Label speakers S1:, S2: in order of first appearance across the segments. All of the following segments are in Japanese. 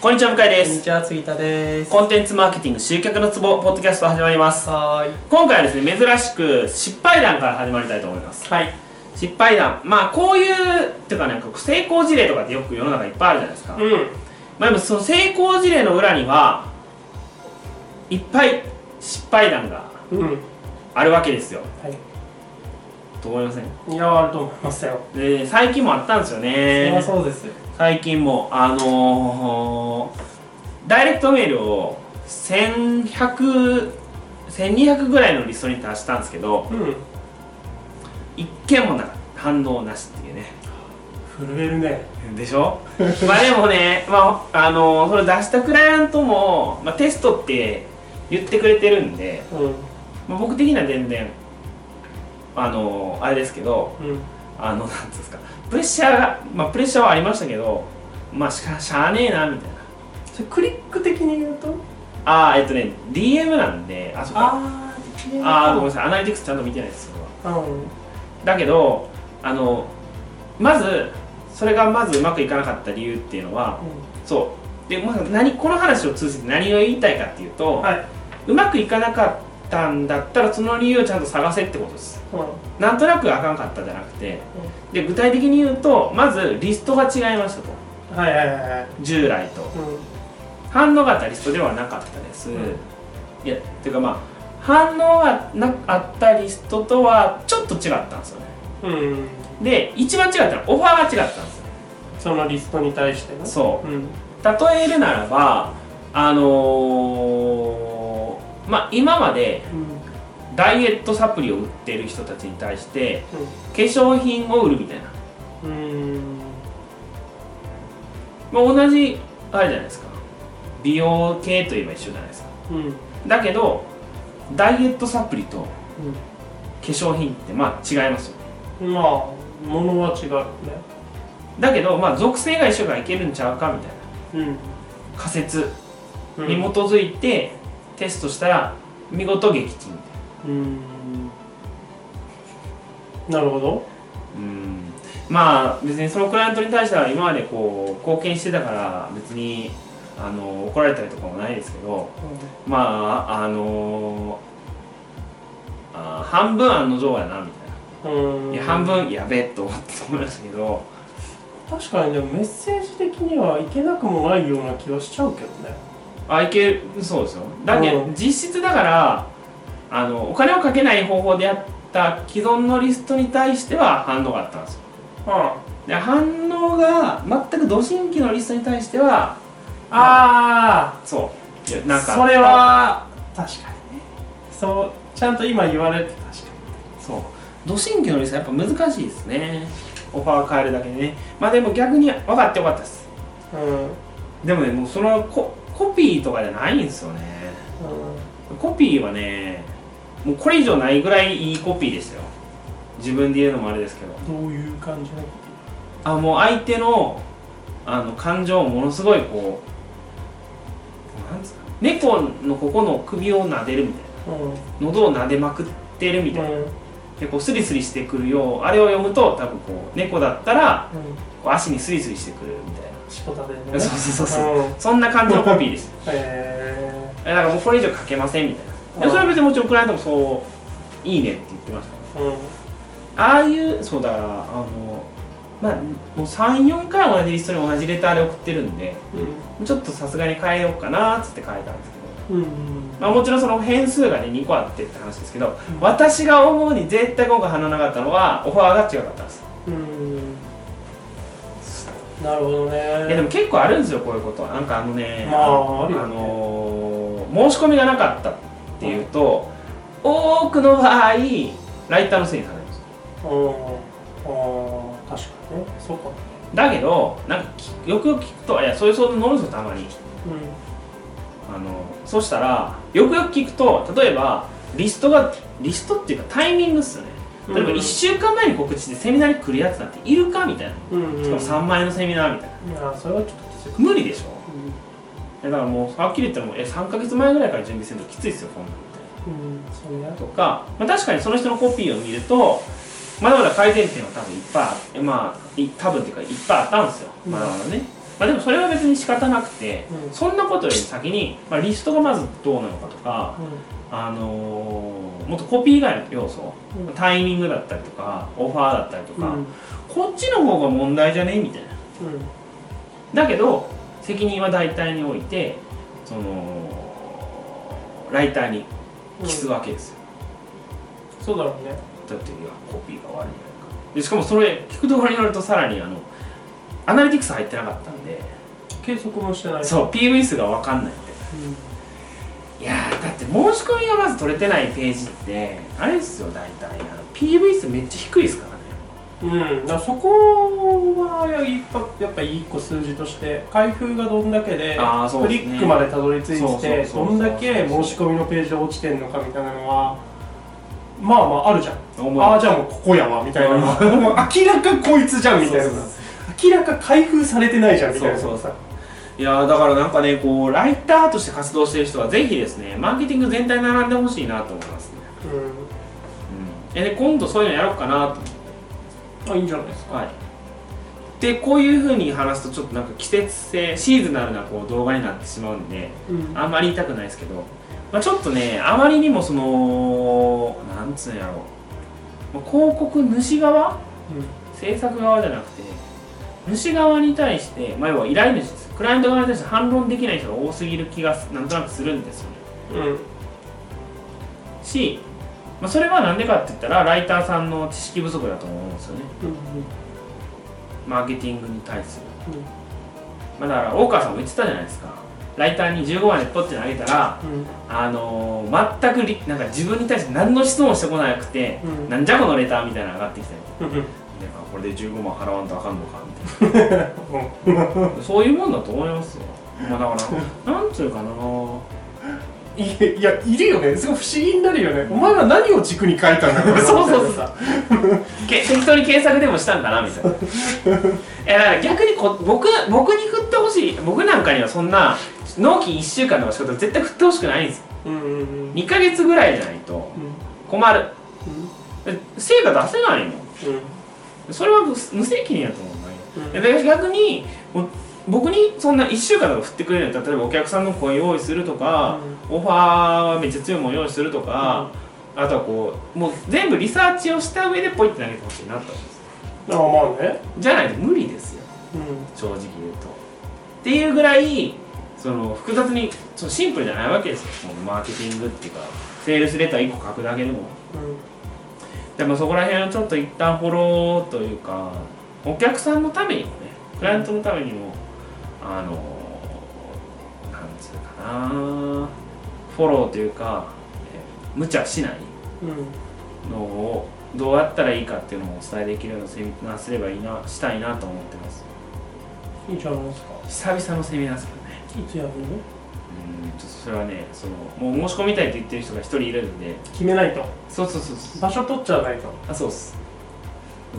S1: こんにちは向井で
S2: こんに
S1: す
S2: ちは、杉田です。
S1: コンテンツマーケティング集客のツボポッドキャスト始まります
S2: はーい。
S1: 今回はですね珍しく失敗談から始まりたいと思います
S2: はい。
S1: 失敗談まあこういうっていうかなんか成功事例とかってよく世の中いっぱいあるじゃないですか、
S2: うん。
S1: まあ、でもその成功事例の裏にはいっぱい失敗談が
S2: うん。
S1: あるわけですよ
S2: はい。
S1: と思いません
S2: いや、あると思いますよ。
S1: で最近もあったんですよ
S2: そりゃ
S1: ね
S2: そうです。
S1: 最近もあのーダイレクトメールを11001200ぐらいのリストに達したんですけど
S2: うん。
S1: 一件もなかった反応なしっていうね
S2: 震えるね。
S1: でしょ まあでもね、まああのーそれ出したクライアントも、まあ、テストって言ってくれてるんで、
S2: う
S1: まあ、僕的には全然あのーあれですけど
S2: ん。うん。
S1: あのなんていうんですかプレッシャーが、まあ、プレッシャーはありましたけどまあしゃしゃあねえなみたいな
S2: それクリック的に言うと
S1: ああえっとね DM なんであそこあ
S2: あー
S1: あーごめんな
S2: う
S1: さいアナリティクスちゃんと見てないですそれは
S2: ん。
S1: だけどあのまずそれがまずうまくいかなかった理由っていうのはそうで、まあ、何この話を通じて何を言いたいかっていうと、
S2: はいう
S1: まくいかなかったんだったらその理由をちゃんと探せってことです
S2: う
S1: なんとなくあかんかったじゃなくてで具体的に言うとまずリストが違いましたと
S2: ん。はいはいはいはい。
S1: 従来と
S2: うん。
S1: 反応があったリストではなかったです、
S2: うん
S1: いやっていうかまあ反応がなあったリストとはちょっと違ったんですよね
S2: うん。
S1: で一番違ったのはオファーが違ったんですよ
S2: そのリストに対してね。
S1: そう
S2: うん。
S1: 例えるならばあのーまあ今まで
S2: うん。
S1: ダイエットサプリを売ってる人たちに対して
S2: うん。
S1: 化粧品を売るみたいな、
S2: うん。
S1: まあ、同じあれじゃないですか美容系といえば一緒じゃないですか
S2: うん。
S1: だけどダイエットサプリと化
S2: うん。
S1: 粧品ってまあ違いますよね
S2: まあ、ものは違うね。
S1: だけどまあ属性が一緒からいけるんちゃうかみたいな
S2: うん。
S1: 仮説
S2: うん
S1: に基づいてテストしたら見事撃沈
S2: うーんなるほど。
S1: うんまあ別にそのクライアントに対しては今までこう貢献してたから別にあの怒られたりとかもないですけどまああのあー半分案の定やなみたいな、
S2: うーん。
S1: いや半。分やべえと思って思いましたけど
S2: 確かにでもメッセージ的にはいけなくもないような気はしちゃうけどね。
S1: あいけるそうですよだけど、
S2: うん
S1: 実質だからあのお金をかけない方法でやった既存のリストに対しては反応があったんですよ
S2: あ
S1: で反応が全くド新規のリストに対しては
S2: あ
S1: そういや
S2: ー。
S1: なんか
S2: それは確かにね。そうちゃんと今言われて確か
S1: そうド新規のリストはやっぱ難しいですねオファーを変えるだけでねまあでも逆に分かってよかったです
S2: に。うん。うん。
S1: でもねもうそのココピーとかじゃないんですよねコピーはねもうこれ以上ないぐらいいいコピーでしたよ自分で言うのもあれですけど
S2: どういう感じのこ
S1: あもう相手のあの感情をものすごいこうなんですか猫のここの首を撫でるみたい
S2: と。うん。
S1: な喉を撫でまくってるみたいな
S2: うん。
S1: でこうスリスリしてくるようあれを読むと多分こう猫だったら
S2: うん。
S1: こう足にスリスリしてくるみたいな
S2: 仕事でね。
S1: そうそうそうそ
S2: うん。
S1: そんな感じのコピーです
S2: え
S1: だからもうこれ以上書けませんみたいなでそれは別にもちろんクライアントもそういいねって言ってました
S2: ー。うん。
S1: ああいうそうだからあのまあもう34回同じリストに同じレターで送ってるんでちょっとさすがに変えようかなっつって変えたんですけど、
S2: うん。うん。
S1: まあ、もちろんその変数がね2個あってって話ですけど、
S2: うん
S1: 私が思うに絶対今回反応なかったのはオファーが違かったんです、
S2: うーんなるほど
S1: いやで
S2: ね。
S1: も結構あるんですよこういうことはなんかあのね、
S2: まああるよね
S1: のー申し込みがなかったっていうと、多くの場合ライターのせいにされるんです
S2: うんああ、確かにね。そうか。
S1: だけどなんかきよくよく聞くといやそういう相談乗るんですよたまに
S2: う
S1: あのそしたらよくよく聞くと例えばリストがリストっていうかタイミングっすよね例えば
S2: うん
S1: 1週間前に告知してセミナーに来るやつなんているかみたいな、
S2: ん。うん、うん。
S1: しかも3万円のセミナーみたいない
S2: や、それはちょっときつい。
S1: 無理でしょだからもうはっきり言ったらもうえ3か月前ぐらいから準備するのきついですよこんなんみたい
S2: うん、そうね
S1: な。とか、まあ、確かにその人のコピーを見るとまだまだ改善点は多分いっぱいあまあい多分っていうかいっぱいあったんですよ
S2: うん
S1: まだまだね、まあ、でもそれは別に仕方なくて、
S2: うん
S1: そんなことより先に、まあ、リストがまずどうなのかとか、あのーもっとコピー以外の要素、
S2: うん
S1: タイミングだったりとかオファーだったりと
S2: うんう
S1: か、
S2: ん
S1: こっちの方が問題じゃねみたいな。
S2: うん
S1: だけど責任は大体においてそのライターに帰すわけですよ、
S2: そうだろうね
S1: だっていやコピーが悪いんじゃないかでしかもそれ聞くところによるとさらにあのアナリティクス入ってなかったんで、
S2: 計測もしてない
S1: そう PV 数が分かんないみたい
S2: うん
S1: ないやーだって申し込みがまず取れてないページってあれですよ大体あの PV 数めっちゃ低いですからね
S2: うん、だからそこはやっぱやっぱいい個数字として開封がどんだけで
S1: あーそう
S2: ク
S1: で
S2: リ
S1: すね
S2: ックまでたどり着
S1: そ
S2: いうて
S1: そうそうそ
S2: ど
S1: うん
S2: だけ申し込みのページで落ちてんのかみたいなのはまあまああるじゃん
S1: 思
S2: ああじゃあもうここやわみたいな もう明らかこいつじゃんみたいな
S1: そうそうそ
S2: 明らか開封されてないじゃんみたいな
S1: そうそう
S2: さ
S1: いやーだからなんかねこうライターとして活動してる人はぜひですねマーケティング全体並んでほしいなと思いますね
S2: う
S1: えで今度そういうのやろうかなと思っ
S2: んあいいんじゃないですか
S1: て、はい、でこういうふうに話すとちょっとなんか季節性シーズナルなこう動画になってしまうんで
S2: うん
S1: あんまり言いたくないですけど、まあ、ちょっとねあまりにもそのなんつうんやろうまあ広告主側制作側じゃなくて主側に対して、まあ、要は依頼主ですクライアント側に対して反論できない人が多すぎる気がすなんとなくするんですよね
S2: うんうん
S1: し、まあ、それは何でかって言ったらライターさんの知識不足だと思うんですよねマーケティングに対する、
S2: うん
S1: まあ、だから大川さんも言ってたじゃないですかライターに15万でポッて投げたら、
S2: うんうん
S1: あのー全くりなんか自分に対して何の質問してこなくて、
S2: うん
S1: なんじゃこのレターみたいなの上がってきたり
S2: うん
S1: なんかこれで15万払わんとあかんのかみたいな
S2: うん
S1: そういうもんだと思いますよ。まあだから、なんつうかな。
S2: いやいやいるよねすごい不思議になるよねお前は何を軸に書いたんだろ
S1: そうそうそう
S2: みたいなさ
S1: け適当に検索でもしたんかなみたい な。いやだから逆にこ僕僕に振ってほしい。僕なんかにはそんな納期1週間の仕事絶対振ってほしくないんですよ。
S2: うんうんうん
S1: 2ヶ月ぐらいじゃないと
S2: うん
S1: 困る。成果出せないの。
S2: うん
S1: それは無無責任だと思うんだ
S2: うん
S1: よ。で逆にも僕にそんな1週間とか振ってくれるの例えばお客さんの声用意するとか、オファーはめっちゃ強いもの用意するとか、あとはこうもう全部リサーチをした上でポイって投げてほしいなと思うんです
S2: あまあね
S1: じゃないと無理ですよ
S2: う
S1: 正直言うと。っていうぐらいその複雑にそのシンプルじゃないわけですよもうマーケティングっていうかセールスレター1個書くだけでも。
S2: ん
S1: でもそこら辺はちょっと一旦フォローというかお客さんのためにもねクライアントのためにもあのなんつうかなフォローというかえ無茶しない
S2: うんうん
S1: のをどうやったらいいかっていうのをお伝えできるようなセミナーすればいいなしたいなと思ってます
S2: いいじゃないですか
S1: 久々のセミナーですけどね
S2: いつやるの
S1: うんちょっとそれはねそのもう申し込みたいと言ってる人が一人いるんで
S2: 決めないと
S1: そうそうそうそう
S2: 場所取っちゃわないと
S1: あそうっす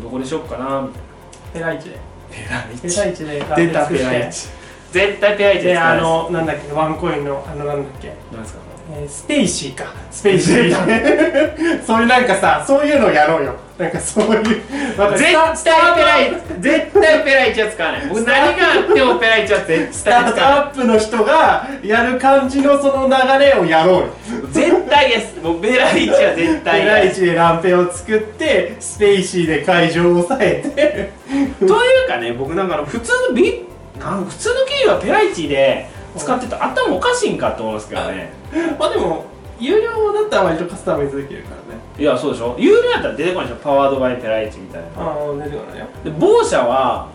S1: どこでしよっかなみたいな
S2: ペライチで
S1: えらい
S2: ペライチで
S1: 出たペライチ絶対ペアイチ
S2: で
S1: で
S2: あ
S1: あの
S2: のなんだっけワンコインのあのなんだっけ
S1: なんですか
S2: えースペイシーかスペイシー そういうなんかさそういうのやろうよなんかそういうなんか
S1: 絶
S2: さ
S1: 対ペライチ絶対ペライチは使わない僕何があってもペライチは絶
S2: ス
S1: 対
S2: ター
S1: 使
S2: ト
S1: わない
S2: アップの人がやる感じのその流れをやろうよ
S1: 絶対ですもうペライチは絶
S2: ペ
S1: 対
S2: ライ
S1: です
S2: チでランペを作ってスペイシーで会場を抑えて
S1: というかね僕なんかあの普通のビなん普通の企業はペライチで使ってた頭おかしいんかと思いますけどね
S2: まあでも有料だったら割とカスタマイズできるからね
S1: いやそうでしょ有料やったら出てこないでしょパワードバイペライチみたいな
S2: ああ出てこないよ
S1: で某社は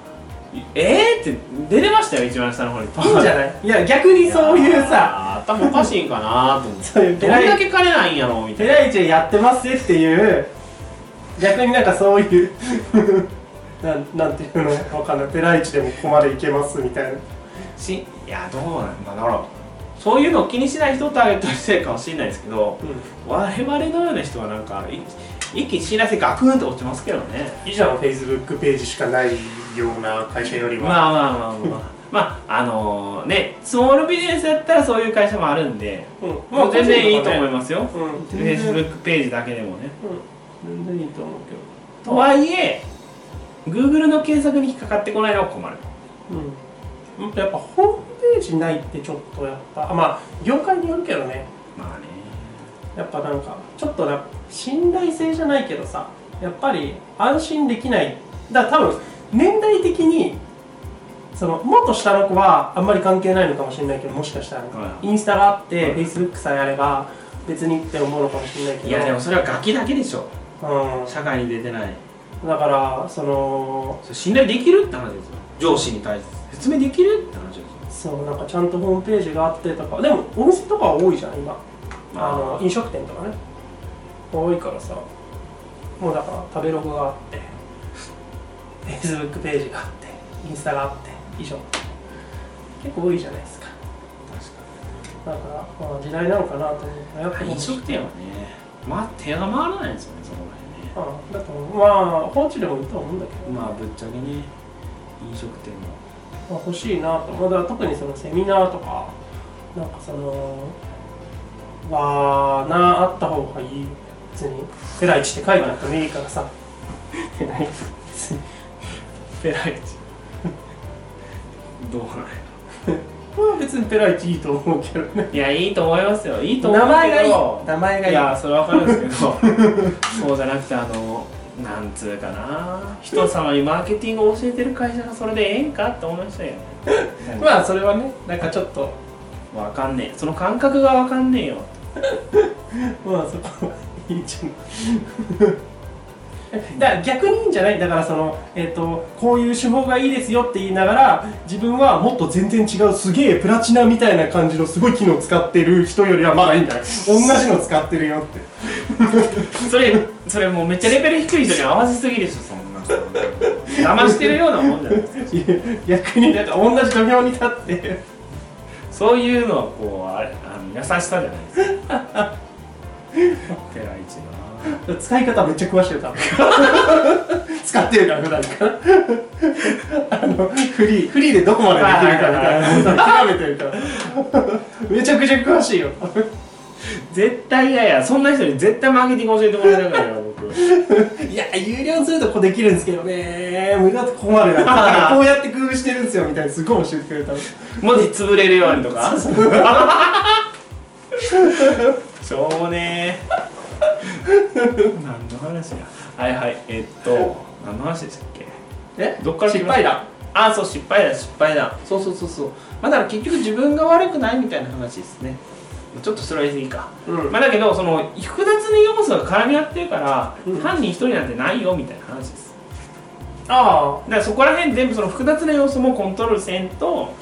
S1: えーって出てましたよ一番下の方に
S2: いいんじ ゃないいや逆にそういうさ
S1: あー頭おかしいんかなと思って
S2: そういう
S1: ど
S2: ペ
S1: ん
S2: ライ
S1: だけ金ないんやろみた
S2: ペ
S1: いな
S2: ライチでやってますっていう逆になんかそういう なんなんていうのわかんないペライチでもここまでいけますみたいな
S1: しいやどうなんだろうそういうのを気にしない人をターゲットにしてるかもしれないですけど我々のような人はなんかい一気に信頼性ガクンと落ちますけどね
S2: 以上のフェイスブックページしかないような会社よりは、
S1: まあまあまあまあまあまああのねスモールビジネスだったらそういう会社もあるんで
S2: うん、
S1: もう全然いいと思いますよ
S2: うん、
S1: フ
S2: 全
S1: ェイ
S2: 然
S1: スブックページだけでもね
S2: 全然いいと思うけ
S1: とはいえ Google の検索に引っかかってこないのは困る
S2: ど、うん、うんとやっぱホームページないってちょっとやっぱあまあ業界によるけどね
S1: まあね
S2: やっぱなんかちょっとな信頼性じゃないけどさやっぱり安心できないだから多分年代的にそのもっと下の子はあんまり関係ないのかもしれないけどもしかしたらね、
S1: はい
S2: インスタがあって、
S1: はい
S2: フェイスブックさえあれば別にって思うのかもしれないけど
S1: いやでもそれはガキだけでしょ
S2: う
S1: 社会に出てない
S2: ん、だからその
S1: それ信頼できるって話ですよ上司に対して説明できるって話ですよ
S2: そうなんかちゃんとホームページがあってとかでもお店とかは多いじゃん今
S1: まあ
S2: あの飲食店とかね多いからさもうだから食べログがあって Facebook ページがあってインスタがあって以上結構多いじゃないですか
S1: 確か
S2: だから、まあ、時代なのかなと思うやっぱ
S1: に飲食店はね、まあ、手が回らないですよねそこら
S2: うんだと思うまあ放置でもいいと思うんだけど、
S1: 辺ねまあぶっちゃけね飲食店も
S2: まあ、欲しいなとまあだから特にそのセミナーとかなんかそのわーなあった方がいい別に「フェライチ」って書いてあってもいいからさ「フェライチ」フェライチ
S1: どうなんや
S2: まあ別にペライチいいと思うけどね
S1: いやいいと思いますよいいと思うけ
S2: 名
S1: ど
S2: 前がいい名前がい
S1: い
S2: い
S1: やそれはわかるんですけど そうじゃなくてあのなんつうかな人様にマーケティングを教えてる会社がそれでええんかって思いま したよ
S2: まあそれはねなんかちょっと
S1: わかんねえその感覚がわかんねえよ
S2: まあそこはいいんじゃないだから逆にいいんじゃないだからその、えっとこういう手法がいいですよって言いながら自分はもっと全然違うすげえプラチナみたいな感じのすごい機能使ってる人よりはまだいいんじゃない同じの使ってるよって
S1: それそれもうめっちゃレベル低い人に合わせすぎでしょそんな騙してるようなもんじゃないですか
S2: いや逆になんか同じ土俵に立って
S1: そういうのはこうあれあの優しさじゃないです かペライチな
S2: 使い方めっちゃ詳しいよ多分 使ってるから普段からあのフリーフリーでどこまでできるかみたいな調べてるからめちゃくちゃ詳しいよ多分
S1: 絶対嫌やそんな人に絶対マーケティング教えてもらいたくないよ僕
S2: いや有料するとこうできるんですけどね無駄って困る なこうやって工夫してるんですよみたいなすごい教えてくれたの
S1: 文字潰れるようにとかしょうもねえ何の話やはいはいえっと何の話でしたっけ
S2: え
S1: どっから
S2: 失敗だ
S1: あそう失敗だ失敗だそうそうそうそうまあだから結局自分が悪くないみたいな話ですねちょっとそれは言い過ぎか、
S2: うん
S1: まあだけどその複雑な要素が絡み合ってるから、
S2: うん
S1: 犯人一人なんてないよみたいな話です
S2: あ
S1: だからそこら辺全部その複雑な要素もコントロールせんと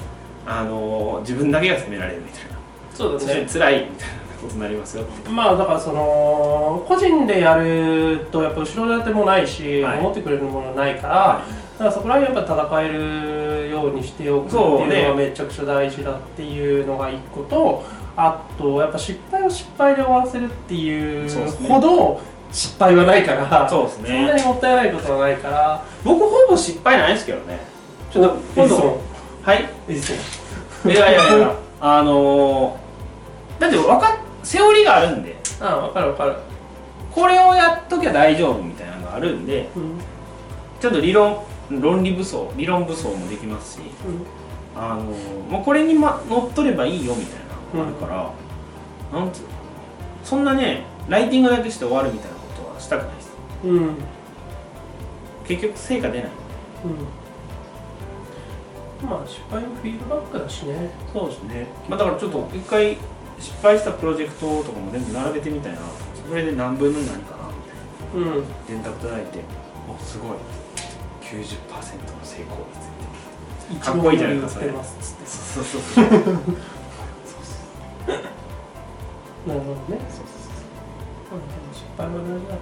S1: あのー自分だけが責められるみたいな
S2: あそう
S1: そして辛いみたいなことになりますよって
S2: まあだからその個人でやるとやっぱ後ろ盾もないし、
S1: はい
S2: 守ってくれるものないから、だからそこら辺やっぱ戦えるようにしておくって
S1: そうね
S2: いうのがめちゃくちゃ大事だっていうのが一個とあとやっぱ失敗を失敗で終わらせるっていう
S1: そうですね
S2: ほど失敗はないから
S1: そうです
S2: そんな
S1: ね
S2: にもったいないことはないから
S1: 僕ほぼ 失敗ないですけどね
S2: ちょっと
S1: 今
S2: 今
S1: 度
S2: 度
S1: はい
S2: エジソン
S1: いやいやいやあのーだってわかっセオリーがあるんで
S2: ああ分かる分かる、
S1: これをやっときゃ大丈夫みたいなのがあるんで
S2: うん
S1: ちょっと理論論理武装理論武装もできますしあのもうこれに、ま、乗っ取ればいいよみたいなのがあるから、なんつうのかなそんなねライティングだけして終わるみたいなことはしたくないです
S2: うんうん
S1: 結局成果出ない
S2: うん、まあ失敗もフィードバックだしね
S1: そうですね、まあ、だからちょっと一回失敗したプロジェクトとかも全部並べてみたいなそれで何分の何かなみたいな
S2: うん
S1: 電卓叩いておすごい90%の成功率か
S2: か
S1: っ
S2: っ
S1: こい
S2: こ
S1: い
S2: いい
S1: じ
S2: じ
S1: ゃ
S2: ゃ
S1: な
S2: ないい
S1: で
S2: ですす
S1: かそれそう
S2: かますっつって
S1: そうそうそう
S2: なるほどね
S1: そうそう
S2: 失敗も大事だと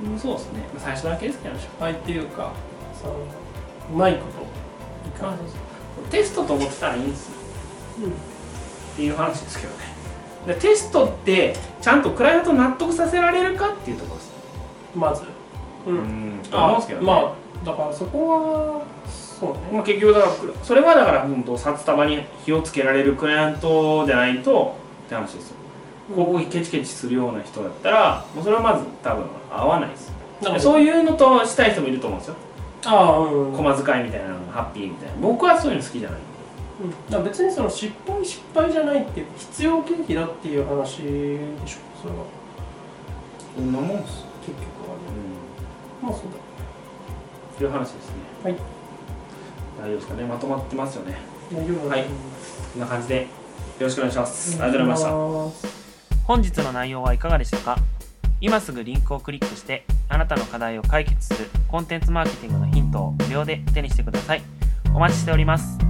S2: 思
S1: うんそうですね、まあ最初だけですけど、失
S2: う敗っていうかそのうまいこと
S1: 敗かテストと思ってたらいいんですよっていう話ですけどね。でテストって、ちゃんとクライアントを納得させられるかっていうところです。
S2: まずう
S1: うんと思うんですけどね。
S2: まあだからそこはそうね
S1: まあ、結局だから、それはだから、本当、札束に火をつけられるクライアントでないとって話ですよ。広告費ケチケチするような人だったら、もうそれはまず多分合わないです。
S2: なんか
S1: そういうのとしたい人もいると思うんですよ。
S2: ああうん、うん、
S1: 駒使いみたいなのハッピーみたいな僕はそういうの好きじゃないんで
S2: だから別にその失敗失敗じゃないっていう必要経費だっていう話でしょそれは
S1: そんなもんっす、
S2: 結局は
S1: うん、
S2: ねまあそうだ
S1: という話ですね
S2: はい
S1: 大丈夫ですかねまとまってますよね
S2: 大丈夫
S1: はいこんな感じでよろしくお願いしますありがとうございました
S2: ました
S3: 本日の内容はいかがでしたか今すぐリンクをクリックしてあなたの課題を解決するコンテンツマーケティングのヒントを無料で手にしてくださいお待ちしております